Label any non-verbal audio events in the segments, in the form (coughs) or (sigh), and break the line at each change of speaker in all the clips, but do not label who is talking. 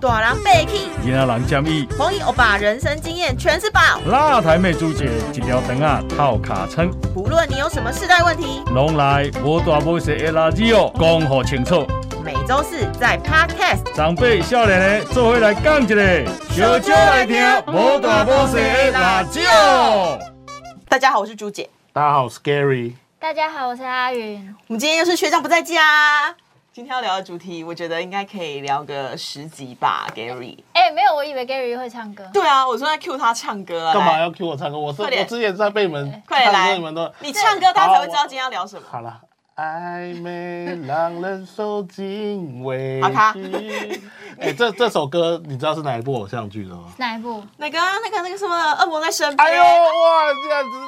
大人被气，
囡仔人建议，
黄奕欧巴人生经验全是宝。
辣台妹主姐一条肠啊套卡称，
不论你有什么世代问题，
拢来无大无小的垃圾哦，讲好清楚。
每周四在 Podcast
长辈少年的做伙来讲一个，
小少来听无大无小的辣椒。大家好，我是朱姐。
大家好，我是 Gary。
大家好，我是阿云。
我们今天又是学长不在家。今天要聊的主题，我觉得应该可以聊个十集吧，Gary。
哎、没有，我以为 Gary 会唱歌。
对啊，我正在 cue 他唱歌啊。
干嘛
来？
要 Q 我唱歌？我是
快点哎
我之前在被你们
快点
唱歌
来，
你们都
你唱歌，大家才会知道
好我
今天要聊什么。
好了。暧昧让人受尽委
好卡
屈。哎，这这首歌你知道是哪一部偶像剧的
(laughs)
吗？
哪一部？
那个啊、那个、那个什么，恶魔在身边。
哎呦哇，你竟然知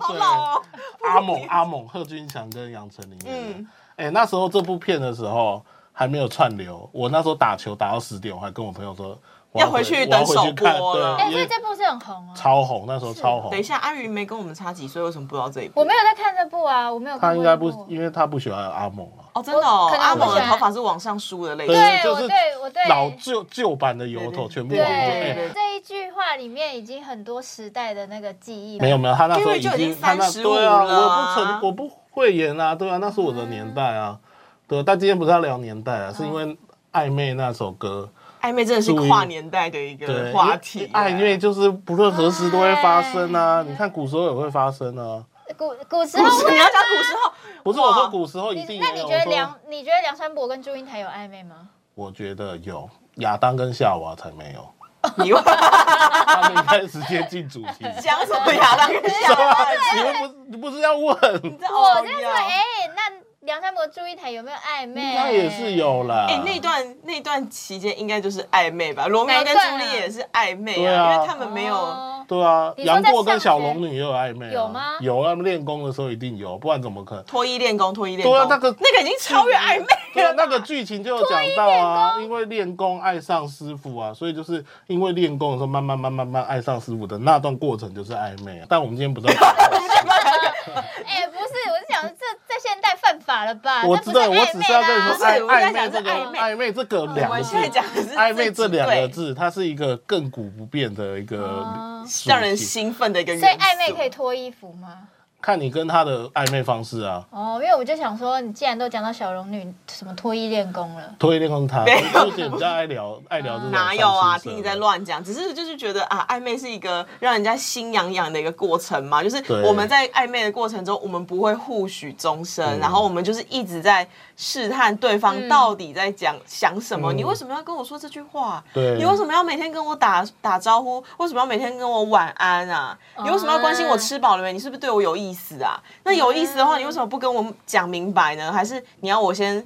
(laughs) 好
对
老哦。
阿猛阿猛，贺军翔跟杨丞琳。
嗯
嗯，哎，那时候这部片的时候还没有串流，我那时候打球打到十点，我还跟我朋友说我
要回去
我要
等
回去
首
看
播了
对，
哎、
因
所以
为
这部是很红哦、
超红，那时候超红。
等一下，阿云没跟我们差几岁，为什么不知道这一部？
我没有在看这部啊，我没有看
他
过
应
这
该
部。
不，因为他不喜欢阿猛啊。
哦，真的哦
我，可能
阿猛
不
的
喜欢
头发是往上梳的类型。
对
对，
就是
我对我对
老旧旧版的油头全部
对
往
对
后。
对对
哎
对
这一句话里面已经很多时代的那个记忆了。
没有没有，他那时候
Gary 就已经
经他那
35
对啊，
了啊
我不成我不会演啊，对啊，那是我的年代啊，对啊。但今天不是要聊年代
嗯
啊，是因为暧昧那首歌，
暧昧真的是
注意
跨年代的一
对
个，话
因
题
为
啊。
暧昧就是不论何时都会发生啊。
嗯
你看古时候也会发生啊，
古古时
不
候
是
会
你要讲古时候，
不是
哇
我说古时候一定
你
也
那你
有。
觉得
我说
梁你觉得梁山伯跟祝英台有暧昧吗？
我觉得有亚当跟夏娃才没有，
你又
他们应该直接进主
(laughs)
题。
讲什么呀？那个
是
笑
吧
话，
(laughs) 你又不你不是要问？
你在
我
熬
这
夜
样说，
啊
哎、那梁山伯祝英台有没有暧昧？
应该也是有啦。
哎、那段那段期间应该就是暧昧吧？罗密欧
哪
跟
一段啊
朱丽叶也是暧昧
对
啊，
啊
因为他们没有。
哦
对啊，
你说在
杨过跟小龙女也有暧昧、啊，
有吗
有啊，他们练功的时候一定有，不然怎么可能？
脱衣练功，脱衣练功，
对啊那个
那个已经超越暧昧
对
了
啊，
吧。
那个剧情就有讲到啊，因为练功爱上师傅啊，所以就是因为练功的时候慢慢慢慢慢慢爱上师傅的那段过程就是暧昧啊。但我们今天不知道，
(laughs)
哎、不是，我是想这在现代犯法了吧？
我
这不
知
是
道，我
暧
只
昧
是要跟你
啦
啊
说
不是
暧
我在
暧
讲
昧这个
是暧昧
暧昧这个
我
两个
们
字
现在，讲的是
暧昧
自
这
己
两个
对
字，它是一个亘古不变的一个
哦
属性，
让人兴奋的一个元素。
所以暧昧可以脱衣服吗？
看你跟他的暧昧方式啊。
哦，因为我就想说，你既然都讲到小龙女什么脱衣练功了，
脱衣练功他，
没有
朱姐比较爱聊爱聊这种
哪有啊？
伤
听
心事
你在乱讲，只是就是觉得啊，暧昧是一个让人家心痒痒的一个过程嘛。就是
对
我们在暧昧的过程中，我们不会互许终身，
嗯
然后我们就是一直在试探对方
嗯
到底在讲、想什么。
嗯
你为什么要跟我说这句话？
对
你为什么要每天跟我打打招呼？为什么要每天跟我晚安啊？你为什么要关心我吃饱了没？你是不是对我有意思啊？那有意思的话，
嗯
你为什么不跟我讲明白呢？还是你要我先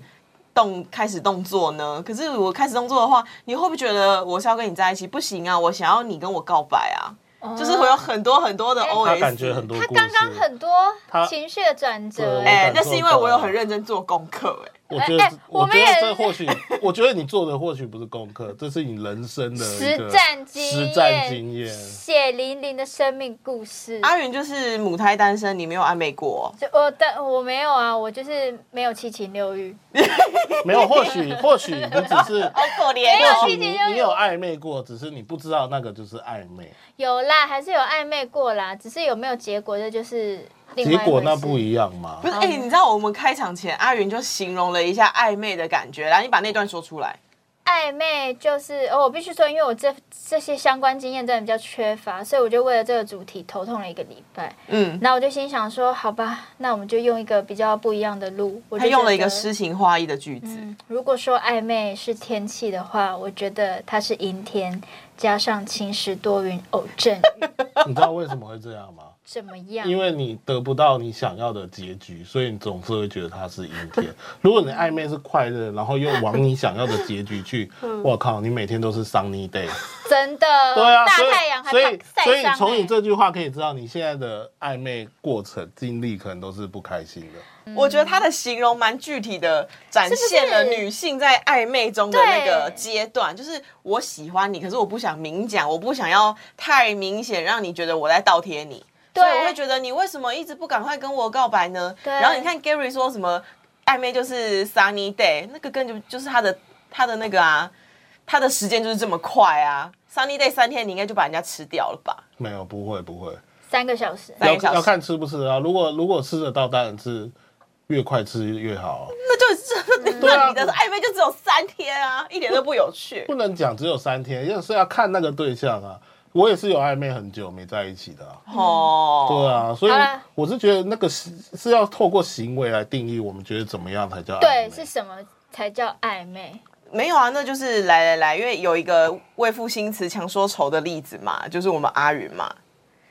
动开始动作呢？可是我开始动作的话，你会不会觉得我是要跟你在一起？不行啊，我想要你跟我告白啊！就是会有很多很多的 OS，
他感觉很多
他
故事。
刚刚很多
他
情绪的转折、
对
哎、
哎
感
那
受
是因为我有很认真做功课哎、
我觉得，
哎
我
我
觉
们也
得这或许， (laughs) 我觉得你做的或许不是功课，这是你人生的一个
实战经验，
实战经验。
血淋淋的生命故事。
阿云就是母胎单身，你没有暧昧过、
就我但我没有啊，我就是没有七情六欲，
没有，或
(laughs)
许或许你只是，
好可怜
没有
或许
七情
你
六欲
你有暧昧过，只是你不知道那个就是暧昧，
有啦，还是有暧昧过啦，只是有没有结果，这就是另外一
结
回事
果那不一样嘛
不。是哎、
嗯
你知道我们开场前阿云就形容了一下暧昧的感觉，来，你把那段说出来。
暧昧就是，哦，我必须说，因为我这这些相关经验真的比较缺乏，所以我就为了这个主题头痛了一个礼拜。
嗯，
那我就心想说，好吧，那我们就用一个比较不一样的路。我
他
就
用了一
觉
个
得
诗情画意的句子。
嗯如果说暧昧是天气的话，我觉得它是阴天，加上晴时多云偶阵雨，
你知道为什么会这样吗？
怎么样？
因为你得不到你想要的结局，所以你总是会觉得它是阴
(laughs)
天。如果你暧昧是快乐，然后又往你想要的结局
(laughs)
去，
嗯
我靠，你每天都是 sunny day。
真的，
对啊，
大
所以
太阳还
所以
晒
所以
伤、欸。
从你这句话可以知道，你现在的暧昧过程经历可能都是不开心的。
嗯
我觉得他的形容蛮具体的，展现了女性在暧昧中的那个阶段，就是我喜欢你，可是我不想明讲，我不想要太明显让你觉得我在倒贴你，所
对
以我会觉得你为什么一直不赶快跟我告白呢？
对
然后你看 Gary 说什么暧昧就是 sunny day，那个根本就就是他的他的那个啊。它的时间就是这么快啊。Sunny Day 三天，你应该就把人家吃掉了吧？
没有，不会不会，
三个小时，
三
要
个小时
要看吃不吃啊。如果如果吃得到，当然是越快吃越好啊。
那就 (laughs) 这，
对啊
那你的暧昧就只有三天啊，一点都不有趣。
不能讲只有三天，要是要看那个对象啊。我也是有暧昧很久没在一起的、啊，
哦，
对啊，所以
好啦
我是觉得那个是是要透过行为来定义，我们觉得怎么样才叫暧
对，
昧
是什么才叫暧昧？
没有啊，那就是来来来，因为有一个为赋新词强说愁的例子嘛，就是我们阿云嘛。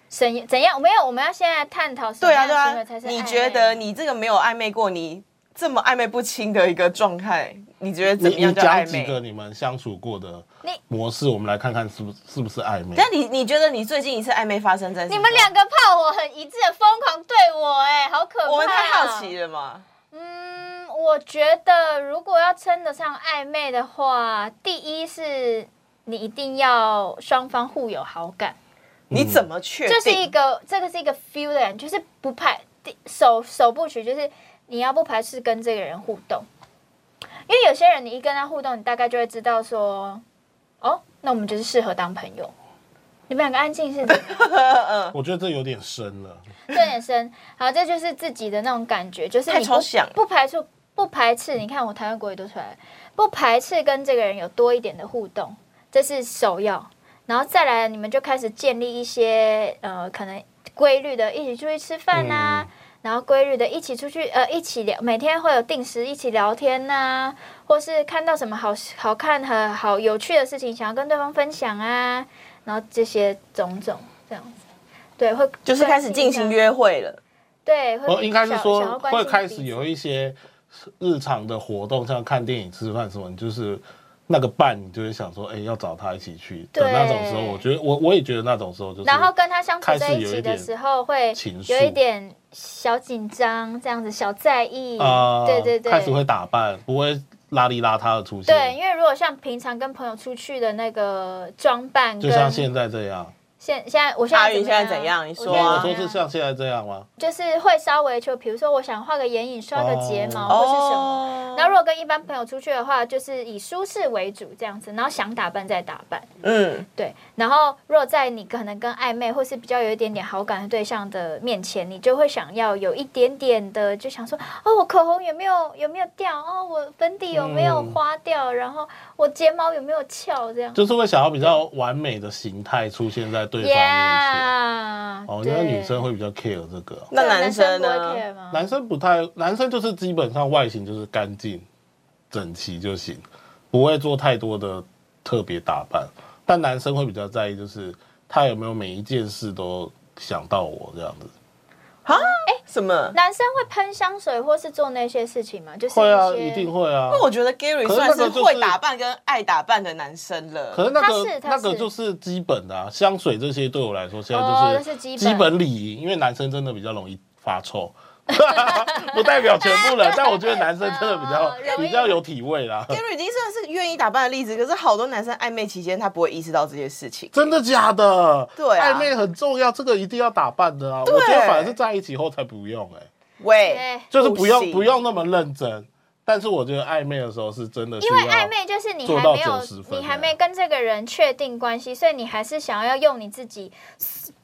怎怎样？没有，我们要现在探讨什么
对啊
样
对
的行
啊
为才，是暧昧
你觉得你这个没有暧昧过，你这么暧昧不清的一个状态，你觉得怎么
你你
样叫
讲
暧
几个
昧？
你们相处过的
你
模式，我们来看看是不是是不是暧昧。
但你你觉得你最近一次暧昧发生在什么
你们两个炮火很一致的疯狂对我、哎，好可怕、
我们太好奇。了嘛？
嗯，我觉得如果要称得上暧昧的话，第一是你一定要双方互有好感，
你怎么确定？
这是一个这个是一个 feel 的人，就是不排第首首部曲就是你要不排斥跟这个人互动，因为有些人你一跟他互动，你大概就会知道说，哦，那我们就是适合当朋友。你们两个安
(laughs)
静是
我觉得这有点深了，
这点深，好，这就是自己的那种感觉，就是
太
你
抽象了
不不排除不排斥，你看我台湾国语都出来了，不排斥跟这个人有多一点的互动，这是首要，然后再来你们就开始建立一些呃可能规律的一起出去吃饭呐、
嗯
然后规律的一起出去，呃，一起聊，每天会有定时一起聊天呐、或是看到什么好好看和好有趣的事情，想要跟对方分享啊，然后这些种种这样子，对，会
就是开始进行
约。
约会了。
对，会
哦我应该是
想想
说
要关
会
心
开
彼
始
此
有一些日常的活动，像看电影、吃饭什么，你就是那个伴，你就会想说，哎、要找他一起去的
对
那种时候，我觉得我我也觉得那种时候就是，
然后跟他相处
开
在
始
一
有
起
一
的
点
时候，会
情
有一
愫
点小紧张，这样子小在意，
啊、
对对
开始会
对，
打扮，不会邋里邋遢的出现，
对，因为如果像平常跟朋友出去的那个装扮跟，
就像现在这样。
现现在我现在
阿云
怎么
现在怎样你
我
说
现在
啊
我
怎
说
么
是
样
像现在这样吗？
就是会稍微就比如说我想画个眼影，刷个睫毛、
哦
或是什么。然后如果跟一般朋友出去的话，就是以舒适为主这样子，然后想打扮再打扮。
嗯，
对，然后如果在你可能跟暧昧或是比较有一点点好感的对象的面前，你就会想要有一点点的，就想说，哦，我口红有没有有没有掉？哦，我粉底有没有
嗯
花掉？然后我睫毛有没有翘？这样。
就是会想要比较完美的形态出现在对方面前。
Yeah，
哦，因
对
为女生会比较 care 这个啊，
那
对
男生
不会
呢？
care 吗？
男生不太，男生就是基本上外形就是干净、整齐就行，不会做太多的特别打扮。但男生会比较在意，就是他有没有每一件事都想到我这样子。
什么？
男生会喷香水或是做那些事情吗？就是
会啊，
些
一定会啊。
那我觉得 Gary
可是那
算
个
是
就是
会打扮跟爱打扮的男生了。
可是那
他是
个
他
那
是
个就是基本的啊，香水这些对我来说现在
哦那
就是
基本
礼仪，因为男生真的比较容易发臭， (laughs) 不代表全部
(laughs)
人，但我觉得男生真的比
哦容
较
易
比较有体味啦。
Gary 已经算是愿意打扮的例子，可是好多男生暧昧期间他不会意识到这些事情。
真的假的？
对啊
暧昧很重要，这个一定要打扮的啊。我觉得反而是在一起后才不用、哎，
喂，
对。
就是不用
不行
不用那么认真。但是我觉得暧昧的时候是真的需
因
要，
为暧昧就是你还
做到
没有
90，分
你还没跟这个人确定关系，所以你还是想要用你自己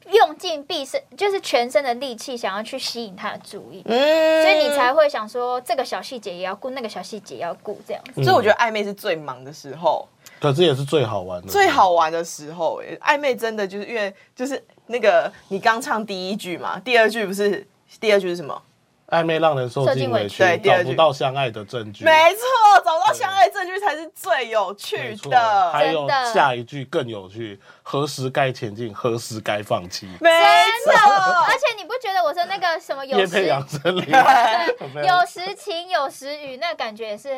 用尽毕生，就是全身的力气，想要去吸引他的注意，
嗯，
所以你才会想说这个小细节也要顾，那个小细节也要顾，这样子。
所以我觉得暧昧是最忙的时候，
可是也是最好玩的，
最好。玩的时候、欸。暧昧真的就是因为就是那个你刚唱第一句嘛，第二句不是第二句是什么？
暧昧让人受
受
尽
尽
委
委
屈，
屈
对第
找
二
不
句
到相爱的证据。
没错，找到相爱证据才是最有
没
趣
错还
的。
有
真的
下一句更有趣：何时该前进，何时该放弃？
没
真的，
(laughs)
而
错，
且你不觉得我说那个什么有
叶佩
时
杨丞琳，
有时晴有时雨，那感觉也是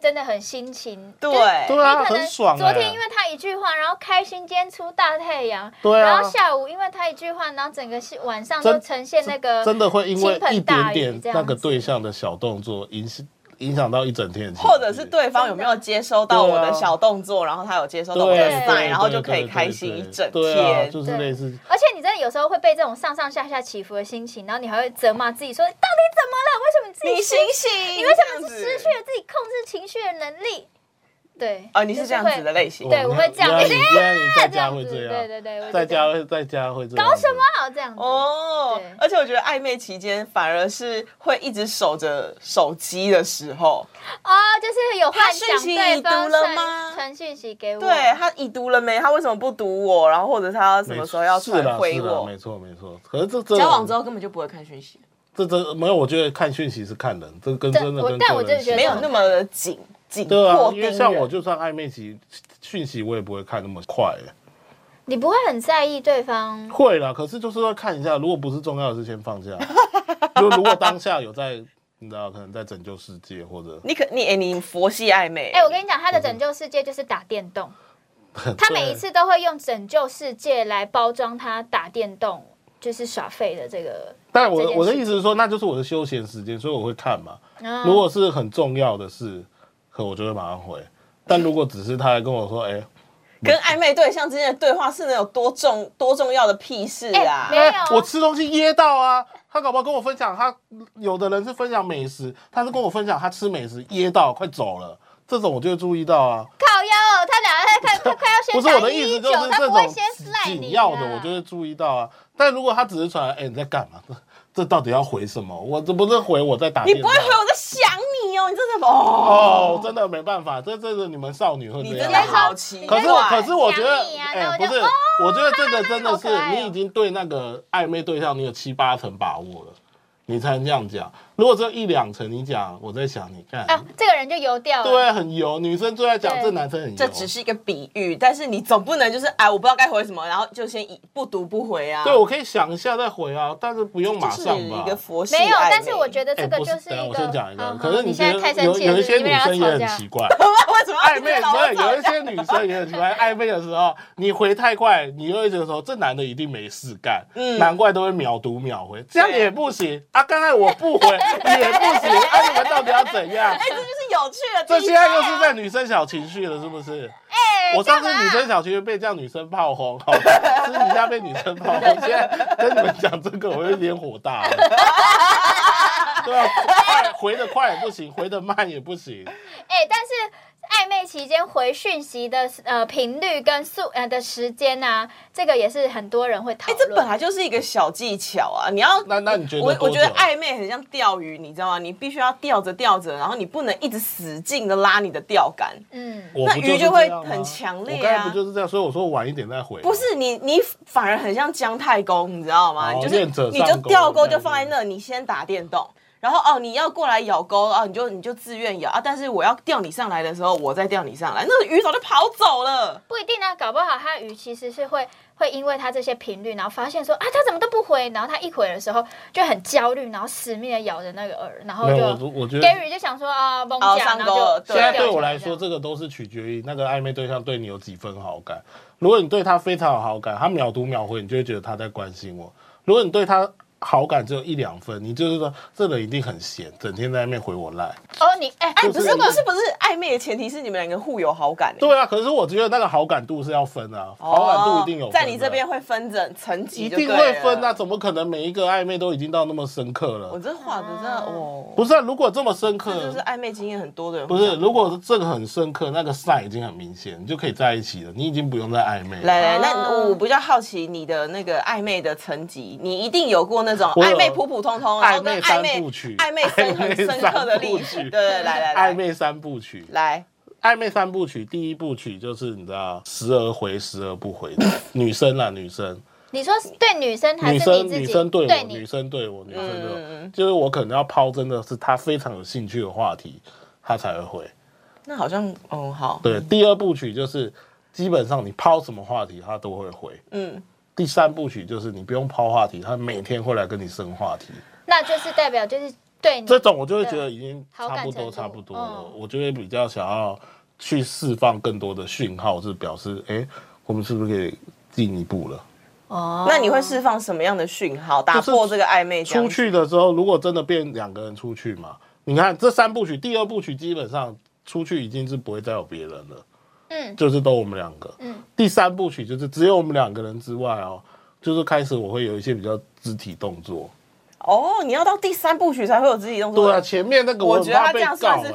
真的很新情。
对
就是
对啊，
你可能
很爽、欸。
昨天因为他一句话，然后开心今天出大太阳，
对啊
然后下午因为他一句话，然后整个是晚上都
真
呈现那个
真的会因为
倾盆
一点
大雨
点
这样
那个
子
对象的小动作影响影响到一整天的情绪，
或者是对方有没有接收到我的小动作，然后他有接收到我的
对
对
sign，
对
然后就
对
可以
对
开
对
心
对
一整
对啊
天。
就是类似。
而且你真的有时候会被这种上上下下起伏的心情，然后你还会责骂自己说：“到底怎么了？为什么你自己
你
失
醒醒！
你为什么
这样
是
子
失去了自己控制情绪的能力？”对，
啊，你是
就
这样
会
子的类型。
对我会这样
原来你原来你在家会
子，
这
对
样，
对对，我就
在
这
家
样
会在家会这样。
搞什么？好这样子？
哦
对，
而且我觉得暧昧期间反而是会一直守着手机的时候，
哦，就是有幻想
他讯息
对
你
方
读了
传
吗
传讯息给我，
对他已读了没？他为什么不读我？然后或者他什
没
么时候要
是啦
传回
是啦
我？
没错没错。可是这这
交往之后根本就不会看讯息，
这这没有，我觉得看讯息是看人，这跟
这
真的
我
跟
但
个
我
人
真的觉得
没
习
有
惯
那么的紧紧
对啊
迫，
因
盯
为
人。
像我就算暧昧期讯息，我也不会看那么快、
你不会很在意对方
会啦，可是就是会看一下，如果不是重要的事，先放下。就如果当下有在，你知道，可能在拯救世界或者
你可你哎、你佛系暧昧，
哎、我跟你讲，他的拯救世界就是打电动， (laughs) 他每一
对
次都会用拯救世界来包装他打电动就是耍废的这个。
但
这
我
件
我的
事
意思是说，那就是我的休闲时间，所以我会看嘛。
嗯
如果是很重要的事，可我就会马上回。但如果只是他来跟我说，哎、
跟暧昧对象之间的对话是能有多重多重要的屁事啊？
哎没有
哎我吃东西噎到啊，他搞不好跟我分享，他有的人是分享美食，他是跟我分享他吃美食噎到快走了，这种我就会注意到啊。
靠腰，哦他俩他快快快要先
不是
打
我的
一
意
一
思，就
九，
是
他
这
不会
种
先赖你、
紧要的，我就。会注意到啊。但如果他只是传来，哎、你在干嘛？ (laughs) 这这到底要回什么？我这不是回我在打
你
电
不
话
会。回我在想你哦，你真的哦，
哦，真的没办法，这这是你们少女会
你
这
真
样
的
啊。
好奇
可
怪。
是我，可是我觉得
想你啊，
哎、
那我就
不是，
哦
我觉得这个真的
好
是
可爱哦
你已经对那个暧昧对象你有七八成把握了，你才能这样讲。如果只有一两成，你讲我在想你干，
啊，这个人就游掉了。
对，啊很油，女生最爱讲
对
这男生很油，
这只是一个比喻，但是你总不能就是哎，我不知道该回什么，然后就先以不读不回啊。
对我可以想一下再回啊，但是不用马
就是
上吧
一。个佛系
没有，但是我
得
觉得
哎
这个
不
就是
等下
一
我
个。
先讲一个
好，好
可是
你
你
现
觉
在
得
太生
有
气了，
有一些
你们
女
俩
生也
要吵
很
架。
奇
(laughs)
怪，
为什么
暧昧
老
对，有
吵
一
架
些女生也很奇怪，暧昧的时候你回太快，你就会觉得说这男的一定没事干，
嗯
难怪都会秒读秒回，这样也不行啊！刚才我不
(laughs)
回也不行，啊，你们到底要怎样？
(laughs) 哎，这就是有趣的地
这
方。
现在又
啊
是在女生小情绪了，是不是？
哎
我上次
啊
女生小情绪被这样女生炮轰，好吧， (laughs) 私底下被女生
(laughs)
炮轰，现在跟你们讲这个，我有点火大了。对啊，快回的快也不行，回的慢也不行。
哎、但是暧昧期间回讯息的呃频率跟速呃的时间啊，这个也是很多人会讨
哎，
论。
这本来就是一个小技巧啊！你要
那那你觉得
我我
多
觉得
久啊
暧昧很像钓鱼，你知道吗？你必须要钓着钓着，然后你不能一直使劲的拉你的钓竿。
嗯，
我不是
那鱼就会
这样吗
很强烈啊
我刚才不就是这样，所以我说晚一点再回。
不是你，你反而很像姜太公，你知道吗？
哦
你就是
愿者上
你就
钩
钓钩
这
就
样
放在那，你先打电动，然后哦你要过来咬钩啊，你就你就自愿咬啊，但是我要钓你上来的时候，我再钓你上来，那个鱼早就跑走了。
不一定啊，搞不好他鱼其实是会会因为他这些频率，然后发现说啊，他怎么都不回，然后他一回的时候就很焦虑，然后死命的咬着那个饵，然后
没有，我
就
我觉得
Gary 就想说啊，蒙
哦
甲，
上
然
钩
后
了
就
现在
掉
对
下
我来说，
这样
这个都是取决于那个暧昧对象对你有几分好感。如果你对他非常有好感，他秒读秒回，你就会觉得他在关心我；如果你对他好感只有一两分，你就是说这人一定很闲，整天在那边回我赖。
哦，你
(laughs)
哎哎
(laughs) 哎，
就
不
是
是不是不是，暧昧的前提是你们两个互有好感、欸。
对啊，可是我觉得那个好感度是要分啊，好感度一定有
哦
分的啊
在你这边会分整层级，
一定会分啊，。怎么可能每一个暧昧都已经到那么深刻
我
了？
这画的真的哦，
不是、啊，如果这么深刻，
这就是暧昧经验很多的人会
不
这
是，
样。
如果这个很深刻，那个 sign 已经很明显，你就可以在一起了，你已经不用再暧昧了。
来来，
哦
那我比较好奇你的那个暧昧的层级，你一定有过那种
我有
暧昧普普通通，然
暧
后跟
昧
暧
三
昧
部曲，
暧昧深很深刻的例子。
暧昧
对
三部曲
对，来来来，
暧昧三部曲，
来，
暧昧三部曲，第一部曲就是你知道，时而回，时而不回的女生啦，女生，
你说是对女生还
女
是你
生，
自己？
女生对我，女
你，
生对我，女生对
嗯嗯
我，就是我可能要抛真的是她非常有兴趣的话题，她才会回。
那好像嗯好，
对，第二部曲就是基本上你抛什么话题，她都会回。
嗯，
第三部曲就是你不用抛话题，他每天会来跟你生话题。
那就是代表就是对你
这种我就会觉得已经
好
差
感
不
程
多，
度
差不多了。
嗯
我就会比较想要去释放更多的讯号，是表示，哎、我们是不是可以进一步了？
哦
那你会释放什么样的讯号打破这个暧昧这样
出
子？
去的时候，如果真的变两个人出去嘛，你看这三部曲，第二部曲基本上出去已经是不会再有别人了，
嗯
就是都我们两个。
嗯，
第三部曲就是只有我们两个人之外哦，就是开始我会有一些比较肢体动作。
哦，你要到第三部曲才会有肢体动作。
对啊，前面那个
我
很
觉得
怕
他
被
这样
告
算
哎、
是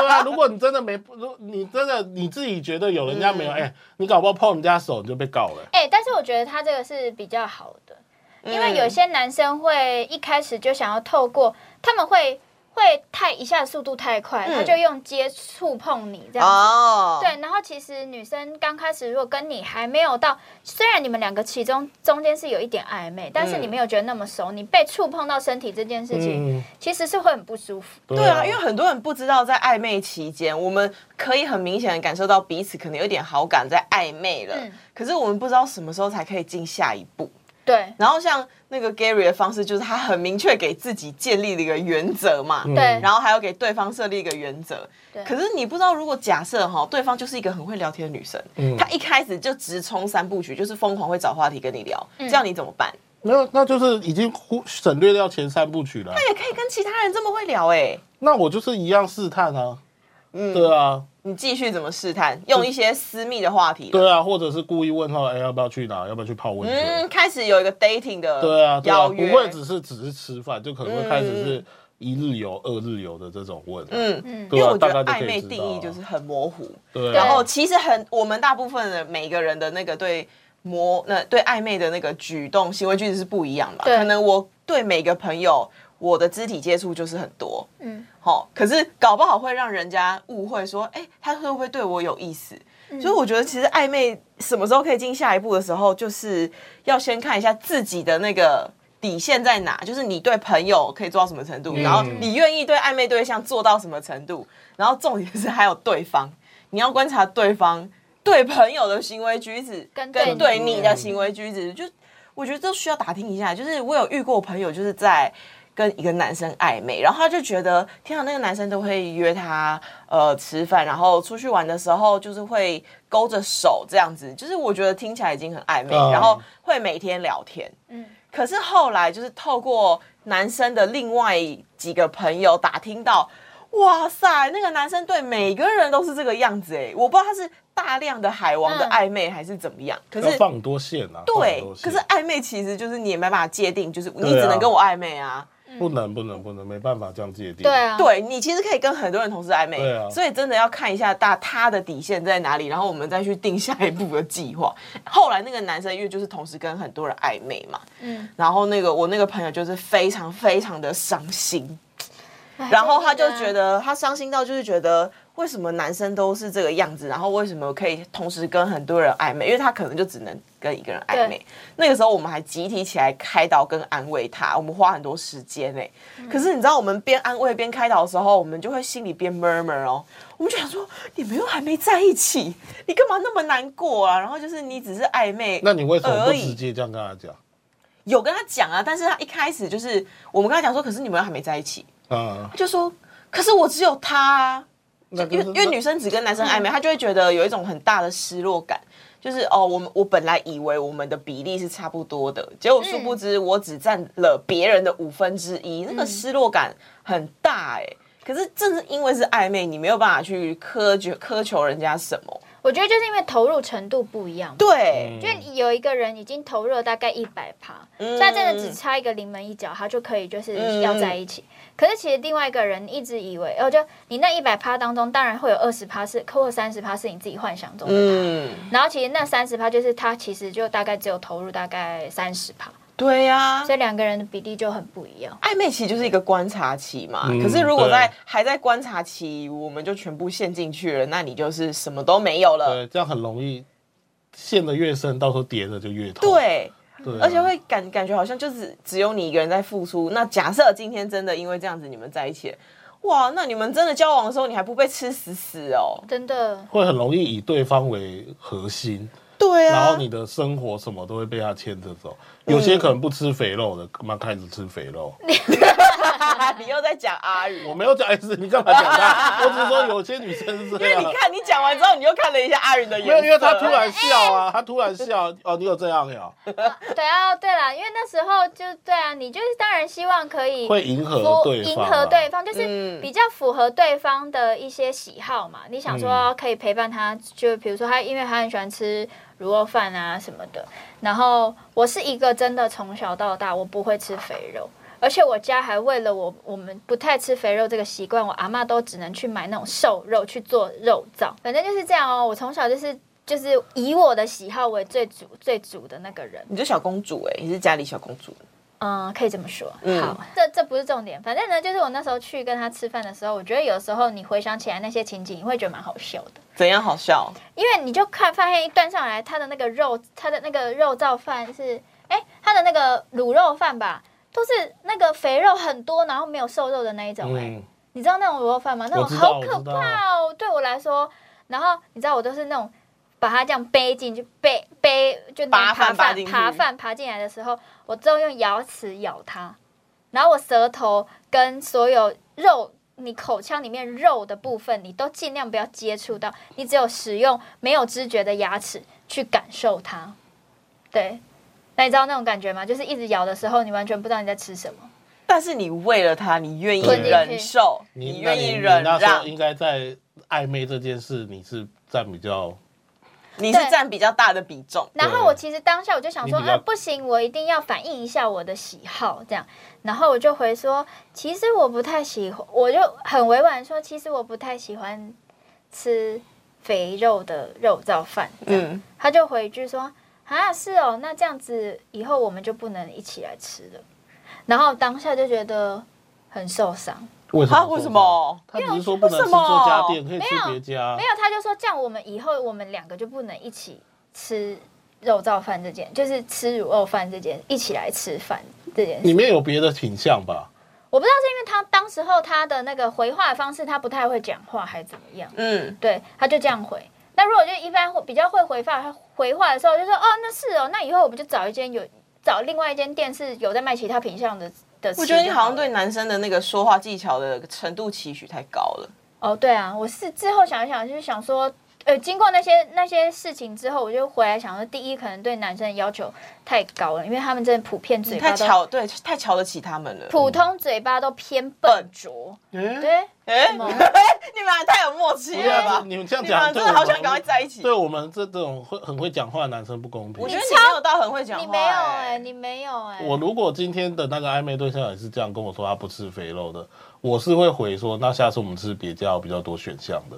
对啊， (laughs) 如果你真的没，如你真的你自己觉得有人家没
嗯
有，哎、你搞不好碰人家手你就被告了、
哎、但是我觉得他这个是比较好的，
嗯，
因为有些男生会一开始就想要透过，他们会会太一下速度太快，
嗯
他就用接触碰你这
啊
样子。
哦，
对，然后其实女生刚开始如果跟你还没有到，虽然你们两个其中中间是有一点暧昧，但是
嗯
你没有觉得那么熟，你被触碰到身体这件事情，
嗯，
其实是会很不舒服。
对
对啊，因为很多人不知道，在暧昧期间，我们可以很明显的感受到彼此可能有点好感，在暧昧了。
嗯
可是我们不知道什么时候才可以进下一步。
对，
然后像那个 Gary 的方式，就是他很明确给自己建立了一个原则嘛，
嗯
对
然后还要给对方设立一个原则
对。
可是你不知道，如果假设哈，对方就是一个很会聊天的女生，
嗯
她一开始就直冲三部曲，就是疯狂会找话题跟你聊，这样你怎么办？
没有，那就是已经忽省略掉前三部曲了。
她也可以跟其他人这么会聊哎、
那我就是一样试探啊，
嗯
对啊，
你继续怎么试探？用一些私密的话题。
对啊，或者是故意问他，哎、要不要去哪？要不要去泡温泉？
嗯，开始有一个 dating 的
对啊，对啊，
邀
不
约，
会只是只是吃饭，就可能会开始是一日游、二日游的这种问、
嗯
嗯
因
对
为
啊，
我觉
大
得
概
暧
就可
昧
以知道
定义
啊
就是很模糊，
对
然
啊，
后其实很我们大部分的每个人的那个对模那对暧昧的那个举动行为举止是不一样的，
对
可能我对每个朋友我的肢体接触就是很多，
嗯，
好，可是搞不好会让人家误会说，哎、他会不会对我有意思？
嗯
所以我觉得，其实暧昧什么时候可以进下一步的时候，就是要先看一下自己的那个底线在哪，就是你对朋友可以做到什么程度，
嗯
然后你愿意对暧昧对象做到什么程度，然后重点是还有对方，你要观察对方对朋友的行为举止
跟对
跟
你
对你的行为举止，就我觉得这需要打听一下。就是我有遇过朋友，就是在。跟一个男生暧昧，然后他就觉得，天啊，那个男生都会约他呃吃饭，然后出去玩的时候就是会勾着手这样子，就是我觉得听起来已经很暧昧，
嗯
然后会每天聊天。嗯
嗯，
可是后来就是透过男生的另外几个朋友打听到，哇塞，那个男生对每个人都是这个样子哎，我不知道他是大量的海王的
嗯
暧昧还是怎么样，可
要
是。
放很多线啊，
对
放很多，线
可是暧昧其实就是你也没办法界定，就是你
对啊
只能跟我暧昧啊。
不能不能不能，没办法这样界定。
对，啊，
对你其实可以跟很多人同时暧昧，
对啊
所以真的要看一下大他的底线在哪里，然后我们再去定下一步的计划。 (laughs) 后来那个男生因为就是同时跟很多人暧昧嘛，
嗯，
然后那个我那个朋友就是非常非常的伤心，
哎
然后他就
真的
觉得他伤心到就是觉得为什么男生都是这个样子，然后为什么可以同时跟很多人暧昧？因为他可能就只能跟一个人暧昧
对。
那个时候我们还集体起来开导跟安慰他，我们花很多时间哎、
嗯
可是你知道我们边安慰边开导的时候，我们就会心里边 murmur 哦，我们就想说你们又还没在一起，你干嘛那么难过啊？然后就是你只是暧昧，
那你为什么不
而已
直接这样跟他讲？
有跟他讲啊，但是他一开始就是我们跟他讲说，可是你们又还没在一起，
啊，
他就说，可是我只有他啊。
那
因为因为女生只跟男生暧昧，
嗯
她就会觉得有一种很大的失落感，就是哦，我们我本来以为我们的比例是差不多的，结果殊
嗯
不知我只占了别人的五分之一，那个失落感很大哎、可是正是因为是暧昧，你没有办法去苛求苛求人家什么，
我觉得就是因为投入程度不一样嘛。
对，
因为有一个人已经投入了大概一百趴，
嗯嗯
所以他真的只差一个临门一脚，他就可以就是要在一起。可是其实另外一个人一直以为，哦，就你那一百趴当中，当然会有二十趴是或三十趴是你自己幻想中的，
嗯，
然后其实那三十趴就是他其实就大概只有投入大概三十趴，
对呀、
所以两个人的比例就很不一样。
暧昧期就是一个观察期嘛，
嗯
可是如果在
对
还在观察期，我们就全部陷进去了，那你就是什么都没有了。
对这样很容易陷得越深，到时候跌的就越痛。
对，
对啊，
而且会感感觉好像就只只有你一个人在付出。那假设今天真的因为这样子你们在一起了，哇，那你们真的交往的时候你还不被吃死死哦？
真的，
会很容易以对方为核心，
对啊，
然后你的生活什么都会被他牵着走。有些可能不吃肥肉的，干嘛开始吃肥肉？
嗯啊你又在讲阿宇，
我没有讲 S，你干嘛
(laughs)
讲他？我只是说有些女生是
因
这
为
样。
你看你讲完之后，你又看了一下阿宇的
啊没有，
眼
因为他
色，
突然笑啊，他突然笑哦，你有这样呀？
嗯
对啊，对啦，因为那时候就对啊，你就是当然希望可以
会迎合
符
对
迎
方啊，
合对方，就
嗯
是比较符合对方的一些喜好嘛。你想
嗯
说可以陪伴他，就比如说他，因为他很喜欢吃卤肉饭啊什么的。然后我是一个真的从小到大我不会吃肥肉，而且我家还为了我我们不太吃肥肉这个习惯，我阿嬷都只能去买那种瘦肉去做肉燥。反正就是这样哦，我从小就是就是以我的喜好为最主最主的那个人。
你就小公主哎、你是家里小公主。
嗯，可以这么说。
嗯
好，这这不是重点，反正呢，就是我那时候去跟他吃饭的时候，我觉得有时候你回想起来那些情景，你会觉得蛮好笑的，
怎样好笑？
因为你就看发现一端上来，他的那个肉，他的那个肉燥饭是，哎，他的那个卤肉饭吧，都是那个肥肉很多，然后没有瘦肉的那一种、哎、
嗯，
你知道那种卤肉饭吗？那种
我知道
好
我
可
知道
怕哦，对我来说。然后你知道我都是那种把它这样背进去，背背就那
扒
种爬
饭扒
饭
进去
爬饭爬进来的时候，我只有用牙齿咬它，然后我舌头跟所有肉。你口腔里面肉的部分，你都尽量不要接触到，你只有使用没有知觉的牙齿去感受它。对，那你知道那种感觉吗？就是一直咬的时候，你完全不知道你在吃什么。
但是你为了他，你愿意
吞进去
忍受，
你那
愿
你
意
你
忍
那时候
让，
应该在暧昧这件事，你是占比较
你是
对
占比较大的比重。
然后我其实当下我就想说，
你比较
啊，不行，我一定要反映一下我的喜好，这样。然后我就回说，其实我不太喜欢，我就很委婉地说，其实我不太喜欢吃肥肉的肉燥饭。嗯，
嗯，
他就回一句说，啊，是哦，那这样子以后我们就不能一起来吃了。然后当下就觉得很受伤，
为什么？
他啊为什？么？
他只是说不能吃这家店，可以吃别家
没。有，他就说这样，我们以后我们两个就不能一起吃肉燥饭这件，就是吃卤肉饭这件，一起来吃饭这件
里
事。
面有别的品相吧？
我不知道是因为他当时候他的那个回话的方式，他不太会讲话，还怎么样？
嗯，
对，他就这样回。那如果就一般会比较会回话，他回话的时候就说哦，那是哦，那以后我们就找一间有找另外一间店是有在卖其他品相的的吃就了。
我觉得你好像对男生的那个说话技巧的程度期许太高了。
哦，对啊，我是之后想一想，就是想说，呃，经过那些那些事情之后，我就回来想说，第一，可能对男生的要求太高了，因为他们真的普遍嘴巴
太
都
瞧对，太瞧得起他们了。
普通嘴巴都偏笨拙，
对，
对，
哎、
什么
(laughs) 你们俩太有默契
不
了
要
吧？
你们这样
啊你
讲，
们
对
真
我
的
们
好想赶快在一起。
对我们这种会很会讲话的男生不公平
我觉。得你没有到很会讲话、
你没有哎、
哎
你没有哎、
我如果今天的那个暧昧对象也是这样跟我说他不吃肥肉的，我是会回说，那下次我们吃别家有比较多选项的。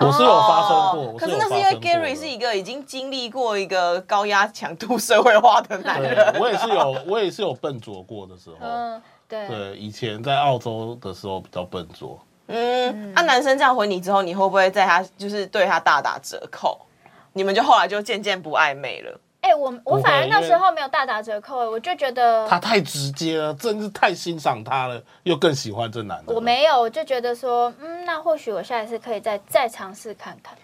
我是有发生过，我
哦可
有
是
发
那
生
是
过
因
的
为 Gary 是一个已经经历过一个高压强度社会化的男人
对，，我也是有，我也是有笨拙过的时候。
嗯，对，
对，以前在澳洲的时候比较笨拙，
嗯，那、男生这样回你之后，你会不会在他就是对他大打折扣？你们就后来就渐渐不暧昧了。
哎、我我
会
反而那
因为
时候没有大打折扣、哎，我就觉得
他太直接了，真是太欣赏他了，又更喜欢这男的了。
我没有，我就觉得说，嗯，那或许我下一次可以再再尝试看看。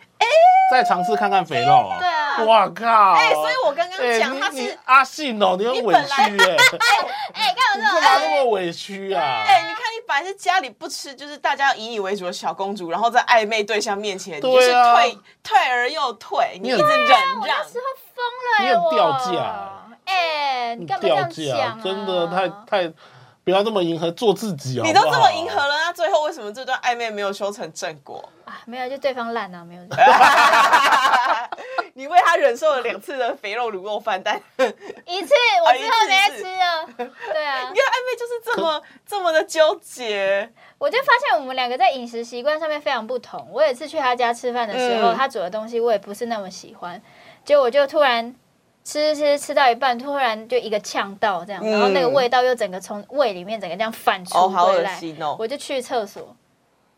再尝试看看肥肉啊！
对啊
哇靠！
哎、所以我刚刚
哎
讲、
你
他
你
是，
阿信哦，你很委屈哎、
你
哎、干
你
嘛
干
这
嘛
种？
那么委屈啊？
哎、你看你本来是家里不吃，就是大家以你为主的小公主，然后在暧昧对象面前，你就是
对啊
退退而又退，你一
很
直忍
啊我
让
那。时候疯了、
你
欸，
很
我
掉价
哎、你干嘛这
掉
样
价
讲、啊？
真的太太，不要这么迎合，做自己好不好
你都这么迎合了，那最后为什么这段暧昧没有修成正果？ (laughs)
啊，没有，就对方烂啊，没有。
你为他忍受了两次的肥肉卤肉饭，但 (laughs) 你看暧
一次我之后没
啊一
再
次
吃了，对啊，
昧就是这么这么的纠结。
我就发现我们两个在饮食习惯上面非常不同。我有一次去他家吃饭的时候，
嗯
他煮的东西我也不是那么喜欢，结果我就突然吃吃吃到一半，突然就一个呛到这样，然后那个味道又整个从胃里面整个这样反
哦
出
好
回
恶
来
心哦，
我就去厕所。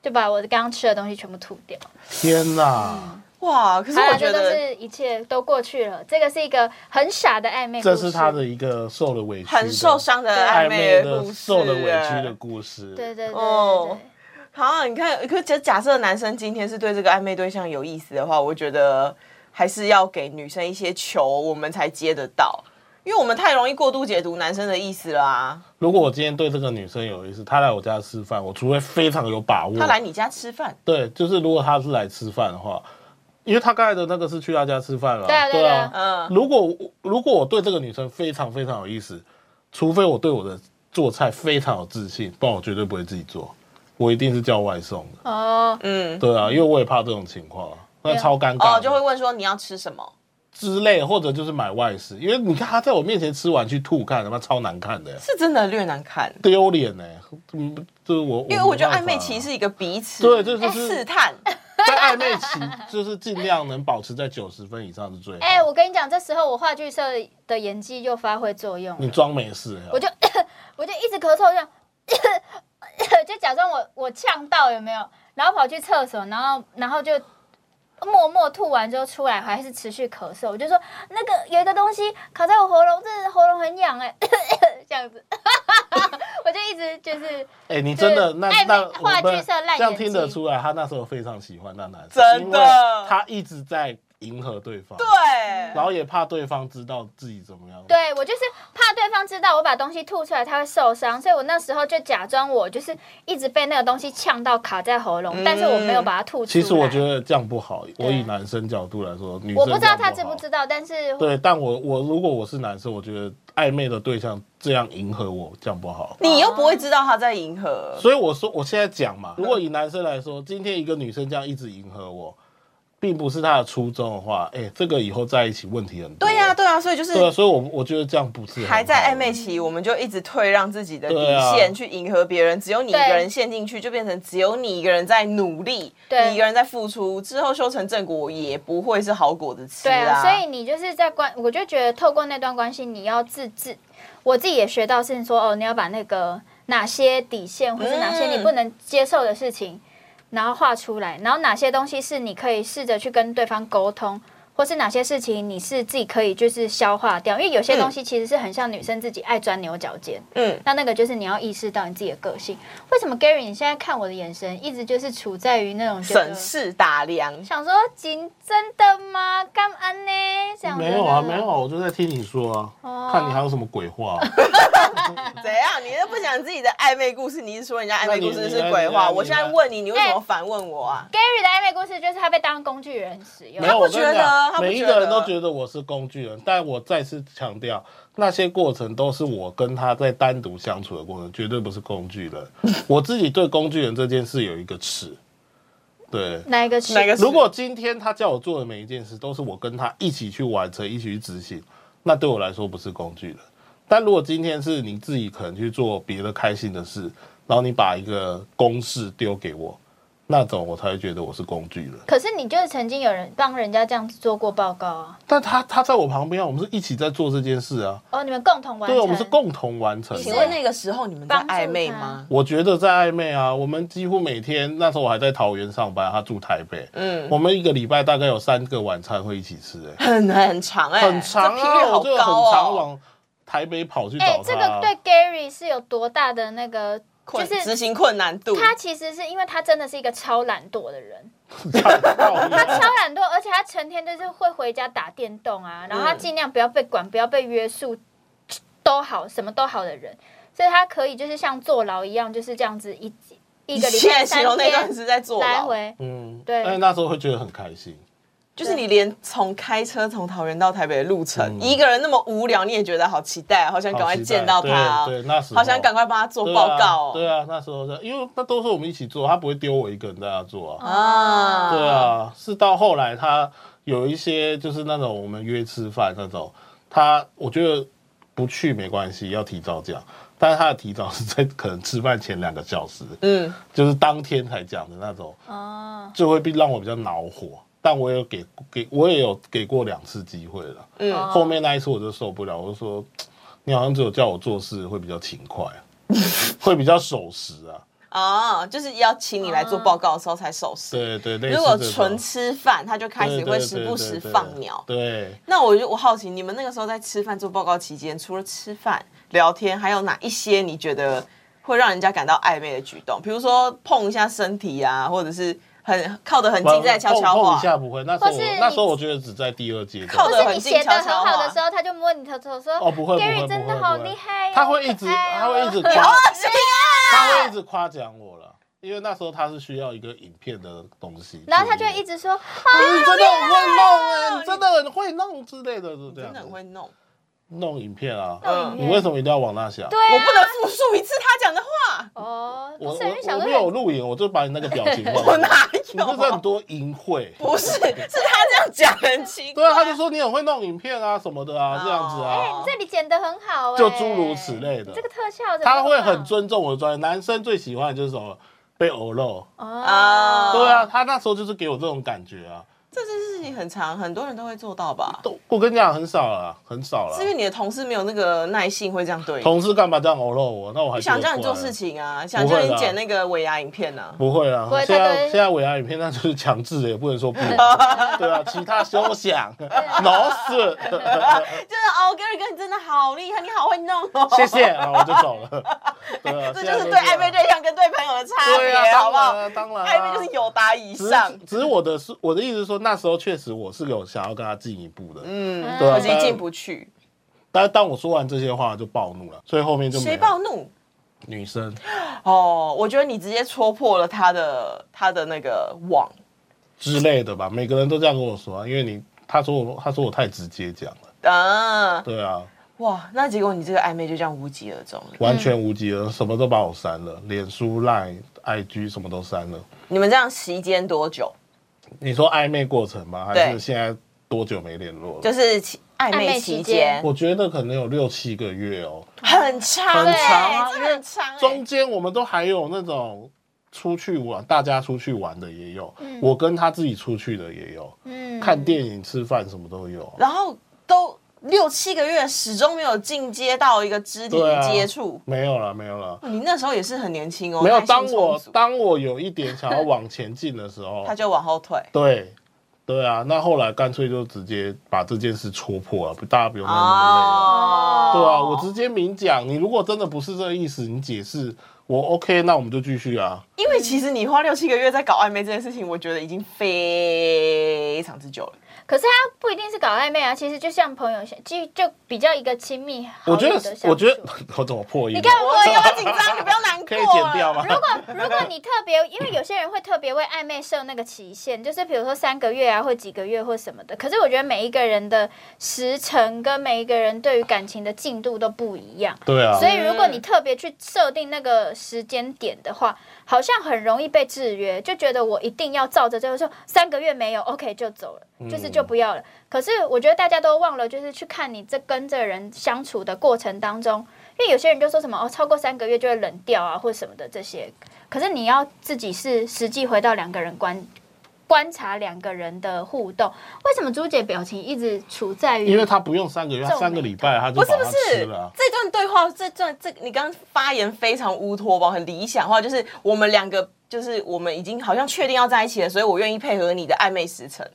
就把我刚刚吃的东西全部吐掉。
天哪！
嗯哇！可是
好
我
了，
觉
这都
得
是一切都过去了。这个是一个很傻的暧昧故
这
事。
是他的一个受了委屈的、
很受伤的暧
暧
昧
昧
的故
的、
事，
受了委屈的故事。
对。对对对
哦
对。
好，啊你看，可假假设男生今天是对这个暧昧对象有意思的话，我觉得还是要给女生一些球，我们才接得到，因为我们太容易过度解读男生的意思啦、
如果我今天对这个女生有意思，她来我家吃饭，我除非非常有把握，
他来你家吃饭，
对，就是如果他是来吃饭的话，因为他刚才的那个是去他家吃饭了，
对啊对啊对
嗯，
如果我如果我对这个女生非常非常有意思，除非我对我的做菜非常有自信，不然我绝对不会自己做，我一定是叫外送的。
哦，
嗯，哦
对啊，因为我也怕这种情况啊，那超尴尬的。
哦，就会问说你要吃什么，
之类，或者就是买外食，因为你看他在我面前吃完去吐，看他妈超难看的，
是真的略难看。
丢脸呢。嗯，就是我，
因为我觉得
没
暧
办法
昧期是一个彼此哎
对，这就
试
是
探，
(laughs) 在暧昧期，就是尽量能保持在九十分以上是最好。
哎、我跟你讲，这时候我话剧社的演技又发挥作用了
你装没事啊，
我就我就一直咳嗽，这样就假装我我呛到有没有？然后跑去厕所，然后然后就默默吐完之后出来，还是持续咳嗽。我就说那个有一个东西卡在我喉咙，这喉咙很痒哎、 (coughs) 这样子， (laughs) 我就一直就是
哎、你真的
对
那
暧昧
那
话
我们
剧社烂
这样
演
听得
技
出来，他那时候非常喜欢那男生，
真的
因为他一直在迎合对方，对，
对，
然后也怕对方知道自己怎么样，，
对我就是怕对方知道我把东西吐出来，他会受伤，所以我那时候就假装我就是一直被那个东西呛到卡在喉咙，但是我没有把它吐出来。
嗯其实我觉得这样不好，我以男生角度来说，女生
我不知
这
道他
样
知不
好
知道，但是
对，但我我如果我是男生，我觉得暧昧的对象这样迎合我，这样不好。
你又不会知道他在迎合，
所以我说我现在讲嘛，如果以男生来说，今天一个女生这样一直迎合我，并不是她的初衷的话，哎、这个以后在一起问题很多。
对呀，对啊，所以就是
对啊，所以我我觉得这样不是很好
还在暧昧期，我们就一直退让自己的底
对啊
线去迎合别人，只有你一
对
个人陷进去，就变成只有你一个人在努力，
对
你一个人在付出，之后修成正果也不会是好果子吃
对啊，
啊。
所以你就是在关，我就觉得透过那段关系，你要自制。我自己也学到是说，哦，你要把那个哪些底线，或是哪些你不能接受的事情，然后画出来，然后哪些东西是你可以试着去跟对方沟通，或是哪些事情你是自己可以就是消化掉，因为有些东西其实是很像女生自己爱钻牛角尖。
嗯，
那那个就是你要意识到你自己的个性。为什么 Gary 你现在看我的眼神，一直就是处在于那种觉得
审视打量，
想说真真的吗？干嘛呢？这样子
没有啊，没有啊，。我就在听你说啊，
哦
看你还有什么鬼话、啊
(laughs) 怎样？你是不讲自己的暧昧故事，你是说人家暧昧故
那
事
你
是鬼
你来
话？
你来
我现在问你，你为什么反问我啊？
Gary 的暧昧故事就是他被当工具人使用
没。有，
不
我跟你
觉得
讲
他不
每一
觉
个人
得
都觉得我是工具人，但我再次强调，那些过程都是我跟他在单独相处的过程，绝对不是工具人。我自己对工具人这件事有一个尺，对。
哪一个是？
哪个是
如果今天他叫我做的每一件事都是我跟他一起去完成、一起去执行，那对我来说不是工具人。但如果今天是你自己可能去做别的开心的事，然后你把一个公式丢给我，那种我才会觉得我是工具人。
可是你就是曾经有人帮人家这样子做过报告啊？
但他他在我旁边啊，我们是一起在做这件事啊，
哦，你们共同完成。
对，我们是共同完成
请
的
问。那个时候你们在暧昧吗？
我觉得在暧昧啊，我们几乎每天那时候我还在桃园上班，他住台北，
嗯，
我们一个礼拜大概有三个晚餐会一起吃、哎，
很很长哎，
很长
这频率
啊，
好
我就很
高
常
哦。
往台北跑去
哎
找，他
这
啊、
个对 Gary 是有多大的那个？就
困执
是
行困难度，
他其实是因为他真的是一个超懒惰的人，他
对
超懒惰，而且他成天就是会回家打电动
嗯
啊，然后他尽量不要被管，不要被约束，都好，什么都好的人，所以他可以就是像坐牢一样，就是这样子一一个礼
现
拜
在
三
形容那段
天
是在坐牢啊
来回，
嗯，
对
但是那时候会觉得很开心，
就是你连从开车从桃园到台北的路程，
嗯
一个人那么无聊，你也觉得好期待，好想赶快见到他哦
好期待对，对那时候
好想赶快帮他做
对啊
报告哦。
对啊，那时候在，因为那都是我们一起做，他不会丢我一个人在那做
嗯
啊。
啊
对啊，是到后来他有一些就是那种我们约吃饭那种，他我觉得不去没关系，要提早讲。但是他的提早是在可能吃饭前两个小时，
嗯，
就是当天才讲的那种，
哦，
就会比让我比较恼火。但我也有给给我也有给过两次机会了，
嗯
哦
后面那一次我就受不了，我就说你好像只有叫我做事会比较勤快，啊 (laughs) 会比较守时啊。
啊，就是要请你来做报告的时候才守时。
对对，类似
如果
这种
纯吃饭，他就开始
对
会
对
时
对
不
对
时
对
放鸟。
对，
那我就我好奇，你们那个时候在吃饭做报告期间，除了吃饭聊天，还有哪一些你觉得会让人家感到暧昧的举动？比如说碰一下身体啊，或者是很靠得很近在悄悄
碰碰
话
一。 (laughs) 下不会，那时候
或
我
是你
那时候我觉得只在第二阶
靠
或
得
段，
是
很
你
近
写的
悄
很
悄
好
话
的时候，他就摸你头头说，
哦不会不会
Gary
不
真
会
的
不
好
会
厉害哦，
他会一直
可爱哦
他会一直
好
夸，
恶心啊！
他会一直夸奖我了，因为那时候他是需要一个影片的东西，
然后他就
对
一直说，啊
你真的很会弄哎、你真的很会弄之类的，是这
真
样
的很
子。
会弄，
弄影片啊，
嗯
你为什么一定要往那想？
哦对
我
啊
不能复述一次他讲的话，
哦，
我
不是，因为
我
想
我
说
没有录影，我就把你那个表情放
我 (laughs)
上
哪
去。你不是很
有？啊
多淫秽？
不是，是他这样讲很奇怪。
(laughs) 对啊，他就说你很会弄影片啊什么的啊，这样子
哎
啊，
你这里剪得很好哎，
就诸如此类的
这个特效怎么
他会
那么好
很尊重我的专业。男生最喜欢的就是什么？被偶漏。
啊
哦，
对啊，他那时候就是给我这种感觉啊。
这件事情很长，很多人都会做到吧？
都我跟你讲，很少了，很少了
是。因为你的同事没有那个耐性会这样对你，
同事干嘛这样偶漏我？那我还
想叫你
觉
做
得怪
事情啊，想叫你剪那个尾牙影片啊。
不会啊
不，会
现
他都
在
会
现在尾牙影片那就是强制的，也不
(laughs)
能说不能。对啊，其他休想，
啊
挠
(laughs)
死，
真的哦，Gary 哥，你真的好厉害，你好会弄哦。
谢谢啊，我就走了。对啊，
这就
现在
是对
都这样
暧昧对象跟对朋友的差
对啊
别，，好
当
不
然
好？
啊，当然啊，
暧昧就是有答以
只
上，
只是我的是我的意思是说，那时候确实我是有想要跟他进一步的，
嗯，
对啊
可惜进不去。
但是当我说完这些话就暴怒了，所以后面就没
谁
了
暴怒？
女生
哦，我觉得你直接戳破了他的他的那个网。
之类的吧，每个人都这样跟我说啊，因为你他说我他说我太直接讲了，
啊，
对啊，
哇，那结果你这个暧昧就这样无疾而终了。
完全无疾而什么都把我删
嗯
了，脸书、Line、IG 什么都删了。
你们这样期间多久？
你说暧昧过程吗？还
对
是现在多久没联络了？
就是期暧
暧
昧
昧
期
期
间
间，
我觉得可能有六七个月哦，
很长，
很
长
哎
啊
真的很长。哎
中间我们都还有那种出去玩，大家出去玩的也有，
嗯
我跟他自己出去的也有，
嗯
看电影、吃饭什么都有啊。
然后都六七个月始终没有进阶到一个肢体
对啊
接触。
没有了，没有了，
你那时候也是很年轻哦，
没有。
耐性
当
充
我
足
当我有一点想要往前进的时候
(laughs) 他，就往后退
对，对啊，那后来干脆就直接把这件事戳破了，大家不用那么累了。
哦，
对啊，我直接明讲，你如果真的不是这个意思，你解释我 OK，那我们就继续啊。
因为其实你花六七个月在搞暧昧这件事情，我觉得已经非常之久
(laughs)
了。
可是他不一定是搞暧昧啊，其实就像朋友，就就比较一个亲密好
我觉
友的
得
相，处。
我觉得 (laughs) 我怎么破音了？啊
你看
我又哎要紧张，你不要难过，
可以剪掉吗？？
如果如果你特别，因为有些人会特别为暧昧设那个期限，就是比如说三个月啊，或几个月或什么的。可是我觉得每一个人的时程跟每一个人对于感情的进度都不一样，
对啊，
所以如果你特别去设定那个时间点的话，好像很容易被制约，就觉得我一定要照着这个说，三个月没有，OK 就走
嗯
了，就是就不要了。可是我觉得大家都忘了，就是去看你这跟这个人相处的过程当中，因为有些人就说什么哦，超过三个月就会冷掉啊，或什么的这些。可是你要自己是实际回到两个人观观察两个人的互动，为什么朱姐表情一直处在于？
因为他不用三个月，他三个礼拜他
不
就把
是不
它
是
吃了啊，。
这段对话，这段这你刚刚发言非常乌托邦，很理想化，就是我们两个。就是我们已经好像确定要在一起了，所以我愿意配合你的暧昧时辰。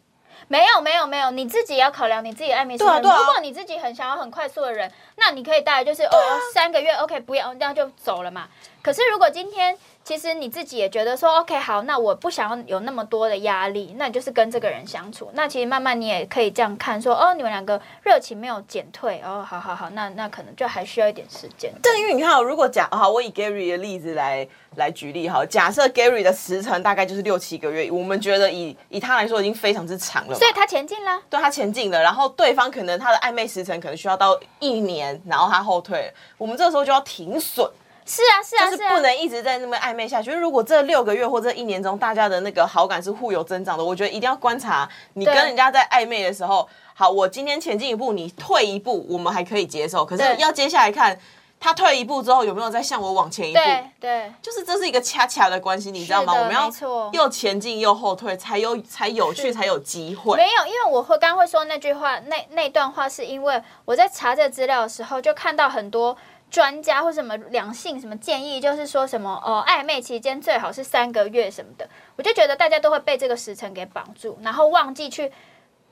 没有没有没有，你自己要考量你自己的暧昧时
对啊
间。
对啊
如果你自己很想要很快速的人，那你可以大概就是、
啊
哦三个月 OK 不要，那就走了嘛。可是如果今天其实你自己也觉得说 OK 好，那我不想要有那么多的压力，那你就是跟这个人相处。那其实慢慢你也可以这样看说哦，你们两个热情没有减退哦，好好好，那那可能就还需要一点时间。
但因为你看哦，如果假好，我以 Gary 的例子来来举例好了，假设 Gary 的时辰大概就是六七个月，我们觉得以以他来说已经非常之长了嘛。
所以他前进啦，
啊对啊他前进了，然后对方可能他的暧昧时程可能需要到一年，然后他后退了，我们这个时候就要停损，
是啊是啊
就是是
啊
不，能一直在那么暧昧下去。如果这六个月或这一年中，大家的那个好感是互有增长的，我觉得一定要观察你跟
对
人家在暧昧的时候，好，我今天前进一步，你退一步，我们还可以接受，可是
对
要接下来看他退一步之后有没有再向我往前一步。
对对。
就是这是一个恰恰的关系，你知道吗？
是的
我们要
没错
又前进又后退，才有才有趣，才有机会。
没有，因为我会刚刚会说那句话，那那段话是因为我在查这资料的时候，就看到很多专家或什么两性什么建议，就是说什么哦，暧昧期间最好是三个月什么的，我就觉得大家都会被这个时辰给绑住，然后忘记去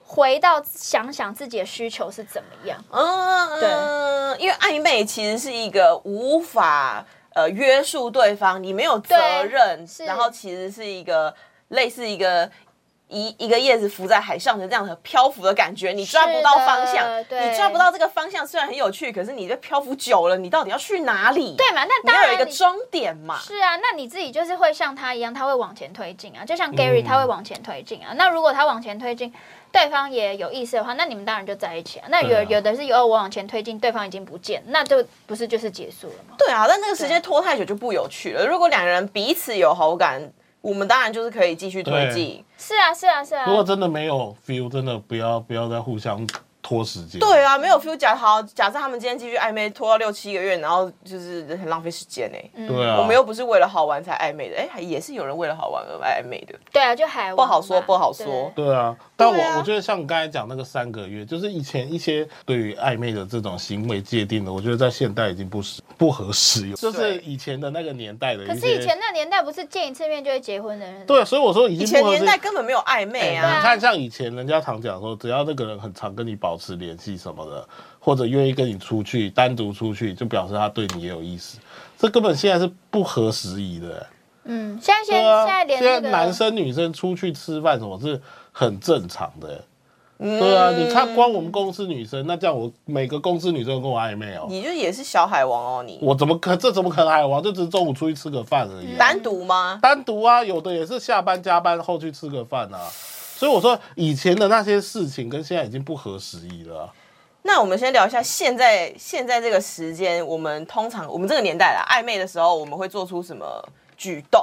回到想想自己的需求是怎么样。
嗯，对，因为暧昧其实是一个无法呃约束对方，你没有责任
对，是
然后其实是一个类似一个。一一个叶子浮在海上的这样的漂浮的感觉，你抓不到方向，
对
你抓不到这个方向，虽然很有趣，可是你被漂浮久了，你到底要去哪里？
对嘛？那
你
当
要
然
有一个
你
终点嘛。
是啊，那你自己
嗯
就是会像他一样，他会往前推进啊，就像 Gary 他会往前推进啊。那如果他往前推进，对方也有意思的话，那你们当然就在一起啊。那有、
对啊
有的是有哦我往前推进，对方已经不见，那就不是就是结束了吗？
对啊，但那个时间拖太久就不有趣了。如果两个人彼此有好感，我们当然就是可以继续推进。
是啊，是啊，是啊
如。果真的没有 feel，真的不要不要再互相拖时间。
对啊，没有 feel 假好，假设他们今天继续暧昧，拖到六七个月，然后就是很浪费时间呢、
对啊，
我们又不是为了好玩才暧昧的，哎、还也是有人为了好玩而暧昧的。
对啊，就海王
不好说
嘛
不好说
对
对啊，但我、
对啊
我觉得像你刚才讲那个三个月，就是以前一些对于暧昧的这种行为界定的，我觉得在现代已经不实不合时用，就是以前的那个年代的一些。
可是以前那年代不是见一次面就会结婚的人？
对，啊所以我说已
以
经
前
不合时
年代根本没有暧昧
对
啊
啊
你，看，像以前人家常讲说，只要那个人很常跟你保持联系什么的，或者愿意跟你出去单独出去，就表示他对你也有意思。这根本现在是不合时宜的、欸。
嗯，现在
对
现在、
啊
现在，连那
现
个
在男生女生出去吃饭什么是很正常的、欸。对啊，你
嗯
嗯
看光我们公司女生，那这样我每个公司女生都跟我暧昧哦、
你就也是小海王哦，你
我怎么可这怎么可能还啊玩？就只是中午出去吃个饭而已啊、
单独吗？
单独啊，有的也是下班加班后去吃个饭啊。所以我说，以前的那些事情跟现在已经不合时宜了啊、
那我们先聊一下现在现在这个时间，我们通常我们这个年代啦，暧昧的时候我们会做出什么举动，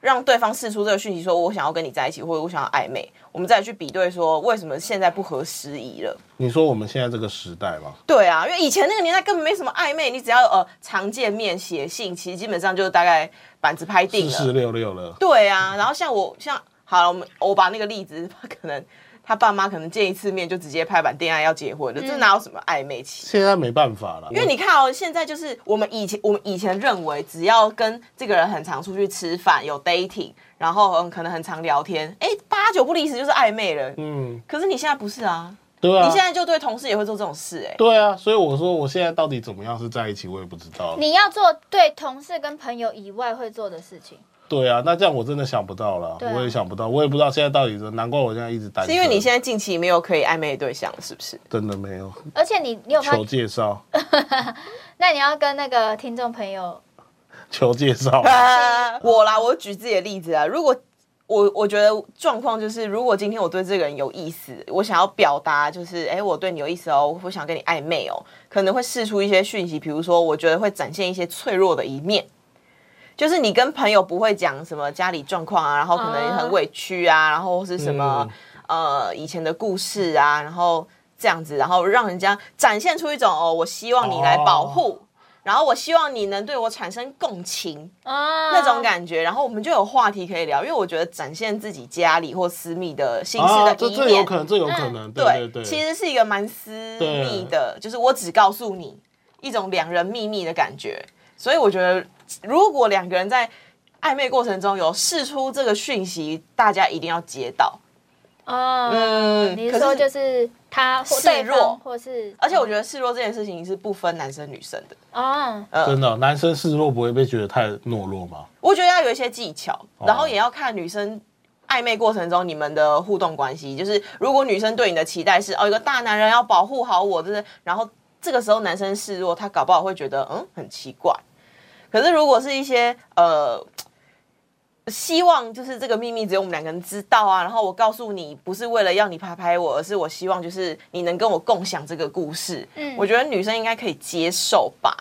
让对方试出这个讯息，说我想要跟你在一起，或者我想要暧昧。我们再去比对，说为什么现在不合时宜了？
你说我们现在这个时代嘛，
对啊，因为以前那个年代根本没什么暧昧，你只要呃常见面、写信，其实基本上就是大概板子拍定了。
四四六六了，
对啊，然后像我像好了，我们我把那个例子，可能他爸妈可能见一次面就直接拍板恋爱要结婚了，这哪有什么暧昧期？
现在没办法了，
因为你看哦，现在就是我们以前我们以前认为，只要跟这个人很常出去吃饭，有 dating，然后嗯可能很常聊天，哎，八九不离十就是暧昧了。
嗯，
可是你现在不是啊，
对啊
你现，在就对同事也会做这种事哎、
对啊，所以我说我现在到底怎么样是在一起，我也不知道。
你要做对同事跟朋友以外会做的事情。
对啊，那这样我真的想不到了，
对啊
我也想不到，我也不知道现在到底是，难怪我现在一直单身，
是因为你现在近期没有可以暧昧的对象，是不是？
真的没有
而且你你有发
求，介绍，
那你要跟那个听众朋友，
求
(laughs)
介绍，
我啦，我举自己的例子啊，如果我我觉得状况就是，如果今天我对这个人有意思，我想要表达就是，哎、我对你有意思哦，我想跟你暧昧哦，可能会试出一些讯息，比如说，我觉得会展现一些脆弱的一面。就是你跟朋友不会讲什么家里状况啊，然后可能很委屈啊，然后是什么、呃以前的故事啊，然后这样子，然后让人家展现出一种哦，我希望你来保护，然后我希望你能对我产生共情，
啊，
那种感觉，然后我们就有话题可以聊，因为我觉得展现自己家里或私密的心事
啊，
的
这
一
这
面，
有可能，这有可能，对对对，
嗯其实是一个蛮私密的，就是我只告诉你一种两人秘密的感觉，所以我觉得如果两个人在暧昧过程中有试出这个讯息，大家一定要接到。
啊。
嗯
你是说就是他或
示
对
弱
方或是，哦
而且我觉得示嗯弱这件事情是不分男生女生的，
啊，
(laughs) 真的，男生示弱不会被觉得太懦弱吗？
我觉得要有一些技巧，然后也要看女生暧昧过程中你们的互动关系。就是如果女生对你的期待是哦，一个大男人要保护好我，就是然后这个时候男生示弱，他搞不好会觉得嗯很奇怪。可是如果是一些呃。希望就是这个秘密只有我们两个人知道啊，然后我告诉你，不是为了要你拍拍我，而是我希望就是你能跟我共享这个故事。
嗯
我觉得女生应该可以接受吧。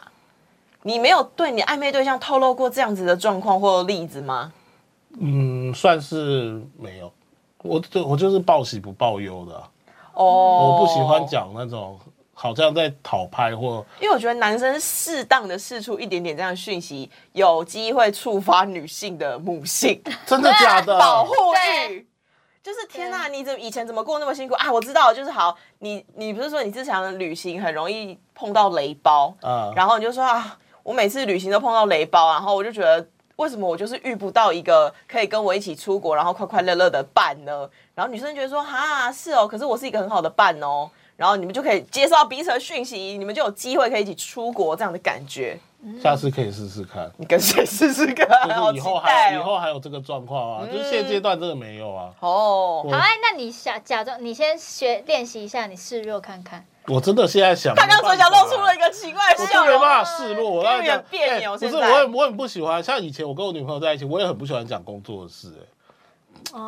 你没有对你暧昧对象透露过这样子的状况或例子吗？
嗯，算是没有，我就我就是报喜不报忧的啊、
哦、
我不喜欢，讲那种好像在讨拍或
因为我觉得男生适当的释出一点点这样的讯息，有机会触发女性的母性
真的假的
啊保护
对
欲。就是天呐、你怎么以前怎么过那么辛苦啊？我知道，就是好，你你不是说你之前旅行很容易碰到雷包，
啊，
然后你就说啊，我每次旅行都碰到雷包，然后我就觉得为什么我就是遇不到一个可以跟我一起出国，然后快快乐乐的伴呢？然后女生觉得说哈是哦，可是我是一个很好的伴哦，然后你们就可以接受到彼此的讯息，你们就有机会可以一起出国这样的感觉。
下次可以试试看。
你跟谁试试看？
就
好
是以
期
后还
待
有以
哦！嗯
后还有这个状况啊，就是现阶段真的没有啊，
哦，
好哎，那你想假装你先学练习一下，你示弱看看。
我真的现在想，
他刚嘴角露出了一。个奇怪的
啊我
笑
真没
容。啊
办法示弱，我
有点别扭
哎不是，
现
我
在
很我很不喜欢。像以前我跟我女朋友在一起，我也很不喜欢讲工作的事、哎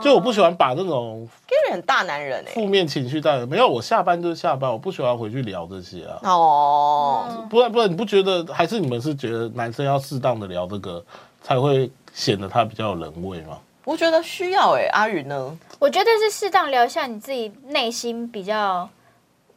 就我不喜欢把这种
Gary 很大男人哎、
负面情绪带来。没有，我下班就是下班，我不喜欢回去聊这些啊。
哦，
嗯
不然不然，你不觉得还是你们是觉得男生要适当的聊这个，才会显得他比较有人味吗？
我觉得需要哎、阿宇呢？
我觉得是适当聊一下你自己内心比较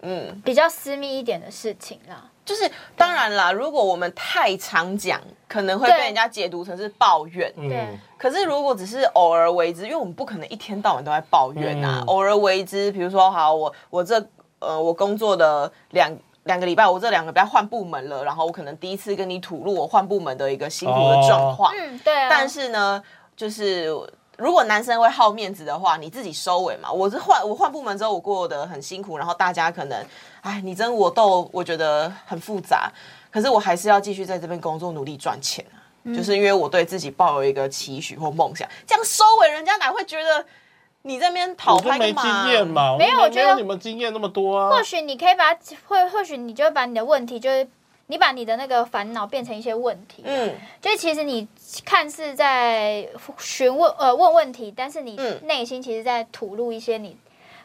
嗯，
比较私密一点的事情啦。
就是当然啦，如果我们太常讲，可能会被
对
人家解读成是抱怨。
嗯
对，
可是如果只是偶尔为之，因为我们不可能一天到晚都在抱怨啊，
嗯
偶尔为之，比如说好，我我这呃我工作的两。两个礼拜，我这两个礼拜换部门了，然后我可能第一次跟你吐露我换部门的一个辛苦
哦
的状况。
嗯，对啊。
但是呢，就是如果男生会好面子的话，你自己收尾嘛。我是换我换部门之后，我过得很辛苦，然后大家可能，哎，你争我斗，我觉得很复杂。可是我还是要继续在这边工作，努力赚钱啊。就是因为我对自己抱有一个期许或梦想，这样收尾，人家哪会觉得你这边讨
哦
我就
拍
没
干
经
嘛？
验嘛，
没有
我
我
没
觉
有
得
你们经验那么多啊。
或许你可以把它或或许你就把你的问题就是。你把你的那个烦恼变成一些问题，啊
嗯，
就其实你看似在询问呃问问题，但是你
嗯
内心其实在吐露一些你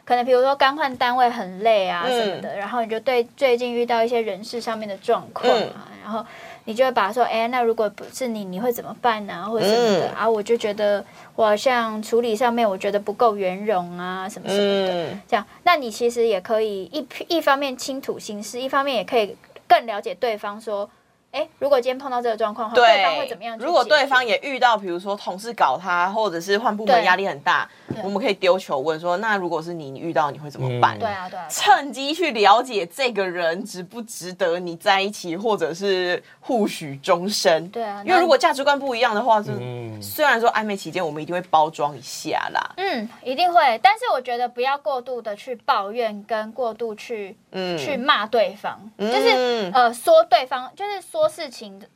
可能比如说刚换单位很累啊
嗯
什么的，然后你就对最近遇到一些人事上面的状况啊，
嗯
然后你就会把说，哎、那如果不是你，你会怎么办啊，或者什么的、
嗯
啊？我就觉得我好像处理上面我觉得不够圆融啊，什么什么的。
嗯，
这样，那你其实也可以一一方面倾吐心事，一方面也可以更了解对方，说，哎，如果今天碰到这个状况的话，对方会怎么样去解决？
如果对方也遇到，比如说同事搞他，或者是换部门
对
压力很大，我们可以丢球问说：那如果是你，你遇到你会怎么办？
嗯
对啊对啊，
趁机去了解这个人值不值得你在一起，或者是互许终身。
对啊
因为如果价值观不一样的话，就、
嗯
虽然说暧昧期间我们一定会包装一下啦，
嗯，一定会。但是我觉得不要过度的去抱怨，跟过度去、
嗯，
去骂对方，就是
嗯
呃说对方，就是说事情的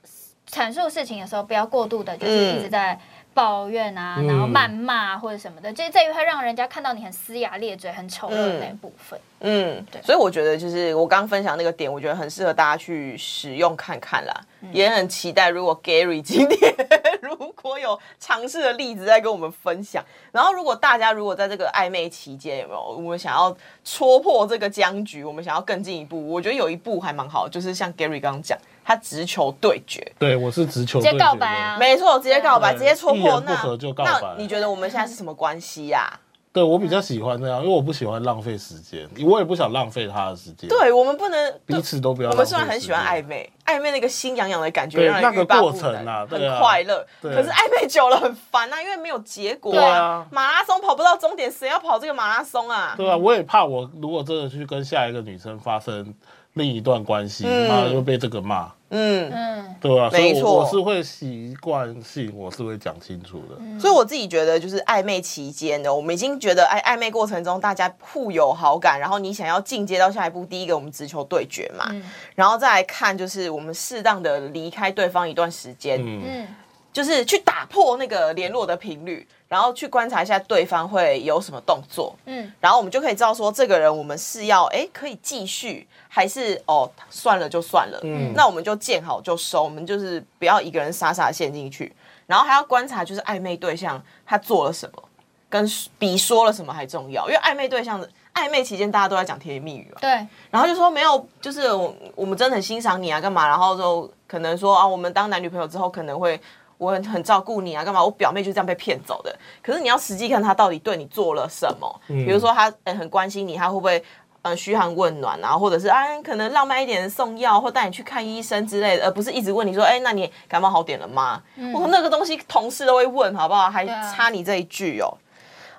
阐述事情的时候，不要过度的，就是
嗯
一直在。抱怨啊，
嗯
然后谩骂或者什么的，就是这一会让人家看到你很龇牙咧嘴、很丑恶的那一部分。
嗯，所以我觉得就是我刚刚分享那个点，我觉得很适合大家去使用看看啦。也很期待，如果 Gary 今天如果有尝试的例子再跟我们分享，然后如果大家如果在这个暧昧期间有没有我们想要戳破这个僵局，我们想要更进一步，我觉得有一步还蛮好，就是像 Gary 刚刚讲，他直球对决，
对，我是直球
直接
对
告
决
白
的
啊
没错，直接告白，
对
直接戳
一言
破
不
那
合就告白
那你觉得我们现在是什么关系呀、
对我比较喜欢这样，因为我不喜欢浪费时间，我也不想浪费他的时间。，
对我们不能
彼此都不要
我
浪费时
们虽
间。
然很喜欢暧昧，暧昧那个心痒痒的感觉
对
让人
那个
欲罢不
过程啊
能，
对啊
很快乐。
对
可是暧昧久了很烦啊，因为没有结果
对啊
马拉松跑不到终点，谁要跑这个马拉松啊？
对啊，我也怕我如果真的去跟下一个女生发生另一段关系，
嗯
妈、就被这个骂，
嗯，
嗯，
对啊，所
没
以我
错
我是会习惯性，我是会讲清楚的。
嗯
所以我自己觉得，就是暧昧期间的，我们已经觉得暧哎暧昧过程中大家互有好感，然后你想要进阶到下一步，第一个我们直球对决嘛，
嗯
然后再来看就是我们适当的离开对方一段时间，
嗯，
嗯，
就是去打破那个联络的频率，然后去观察一下对方会有什么动作，
嗯，
然后我们就可以知道说，这个人我们是要哎可以继续，还是哦算了就算了，嗯，那我们就见好就收，我们就是不要一个人傻傻陷进去，然后还要观察就是暧昧对象他做了什么，跟比说了什么还重要，因为暧昧对象的暧昧期间大家都在讲甜言蜜语嘛，
对，
然后就说没有，就是我我们真的很欣赏你啊，干嘛？然后就可能说啊，我们当男女朋友之后可能会。我很很照顾你啊，干嘛？我表妹就这样被骗走的。可是你要实际看她到底对你做了什么，比如说她、呃很关心你，她会不会呃嘘寒问暖啊，或者是啊可能浪漫一点送药或带你去看医生之类的，而不是一直问你说，哎、那你感冒好点了吗？我、那个东西同事都会问，好不好？还
嗯对啊
差你这一句哦，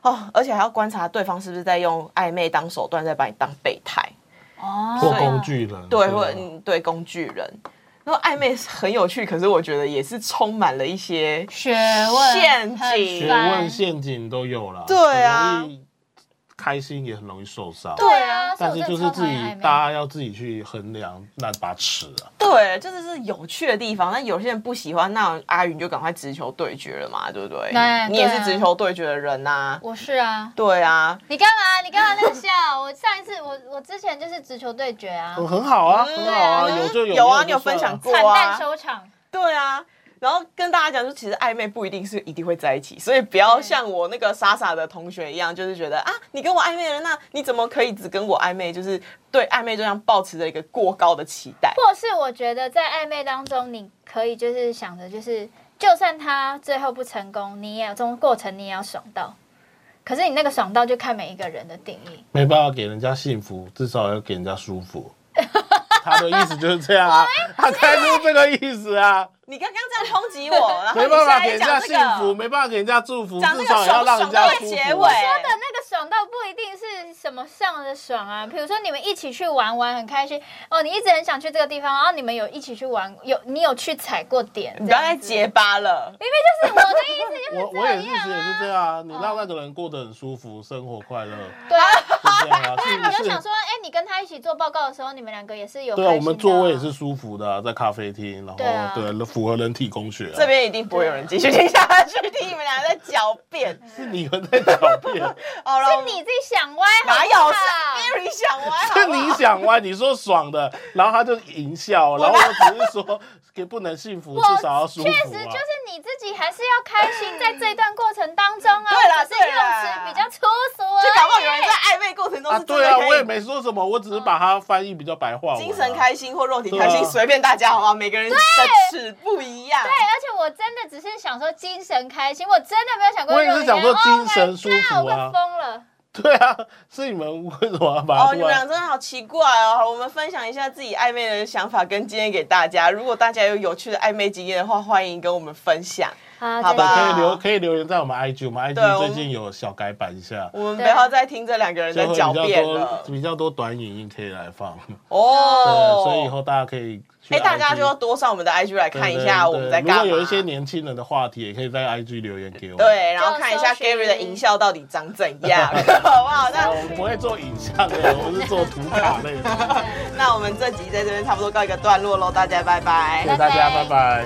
哦，而且还要观察对方是不是在用暧昧当手段，在把你当备胎。
哦，
做工具人，
对，或
啊
者嗯对工具人。然后暧昧是很有趣，可是我觉得也是充满了一些
学问
陷阱
学
很
问
烦
陷阱都有啦。
对啊
很容易开心也很容易受伤。
对啊，
但是
所以
就
我真
是
的超
自
讨
己
厌暧昧，
大家要自己去衡量那把尺啊。
对，这就是有趣的地方。那有些人不喜欢，那阿云就赶快直球对决了嘛，对不对？
对
你也
对
是
啊
直球对决的人呐、
我是啊，
对啊，
你干嘛？你干嘛那
(laughs)
个笑？我上一次我我之前就是直球对决啊，
嗯很好啊，很好啊，
对啊
有就有，
有啊
没
你有
就算
分享
啊
过
惨
啊
淡收场。
对啊。然后跟大家讲，就其实暧昧不一定是一定会在一起，所以不要像我那个傻傻的同学一样，就是觉得啊，你跟我暧昧了，那你怎么可以只跟我暧昧？就是对暧昧对象抱持着一个过高的期待。
或是我觉得在暧昧当中，你可以就是想着，就是就算他最后不成功，你也中过程你也要爽到。可是你那个爽到就看每一个人的定义。
没办法给人家幸福，至少要给人家舒服。 (laughs) 他的意思就是这样啊，他开出这个意思啊，
你刚刚这样抨击我，
(laughs)
然后
没
哦你
办
现
法
在
给人
又
家
讲这
幸福，
个，
没办法给人家祝福，
讲这
至
个
少要
爽
让人
爽
家
到
舒服
结
啊。
尾，
说的那个爽到不一定是什么上的爽啊，比如说你们一起去玩玩很开心哦，你一直很想去这个地方，然后你们有一起去玩，有你有去踩过点，
你不要再
结，
结巴了。
明明就是我的意思就是
我我也是，也是这样啊。你让那个人过得很舒服，生活快乐，
对啊，
(laughs)
是这样
(laughs)
啊。
那你
是
就想
是，
说，哎，你跟他一起做报告的时候，你们两个也是有
对啊，
开心
我们座位也
的啊
是舒服的啊，在咖啡厅，然
对啊
后对，符合人体工学啊。
这边一定不会有人继续听下去，
啊
听你们俩在狡
(laughs)
辩。
是你们在狡辩，
好了，我
是
们
你自己想歪，好不好
哪有是 Barry 想歪好
是
不好
你想歪，你说爽的，然后他就淫笑，然后我只是说给不能幸福，至少要舒服
确
啊。
实就是你自己还是要开心，在这段过程当中啊，
对啦
只是用
对啦
词比较粗俗而已，
就搞不好有人在暧昧过程中
啊，
是真
对
的
啊，
可
我也
以
没说什么，我只是把它翻译比较白话文啊。
精神开心或肉体开心，
对啊啊
随便大家好不好？每个人的尺不一样。
对，而且我真的只是想说精神开心，我真的没有想过
我
肉
也
体
是
开心。
想说精神舒
Oh my
服
God，我
啊
快。疯了。
对啊，是你们为什么要把它
哦，
突
你们俩
然
真的好奇怪哦！好，我们分享一下自己暧昧的想法跟经验给大家。如果大家有有趣的暧昧经验的话，欢迎跟我们分享。
好
好吧
可
啊
以留可以留言在我们 IG，我们
对我
IG
们
最近有小改版一下，
我们不
对
要再听这两个人在
就会比
狡
较
辩
多
了
比较多短影音可以来放。对，
哦。
所以以后大家可以去
哎，大家
IG
就要多上我们的 IG 来看一
对
下
对
我们在
如
干嘛。
果有一些年轻人的话题，也可以在 IG 留言给我们。
对，然后看一下
就搜寻
Gary 的营销到底长怎
(laughs)
样，好不好？那
我们不会做影像的，我们是做图卡类
(laughs)
的。
那我们这集在这边差不多告一个段落喽，大家拜拜
谢谢大家，拜拜。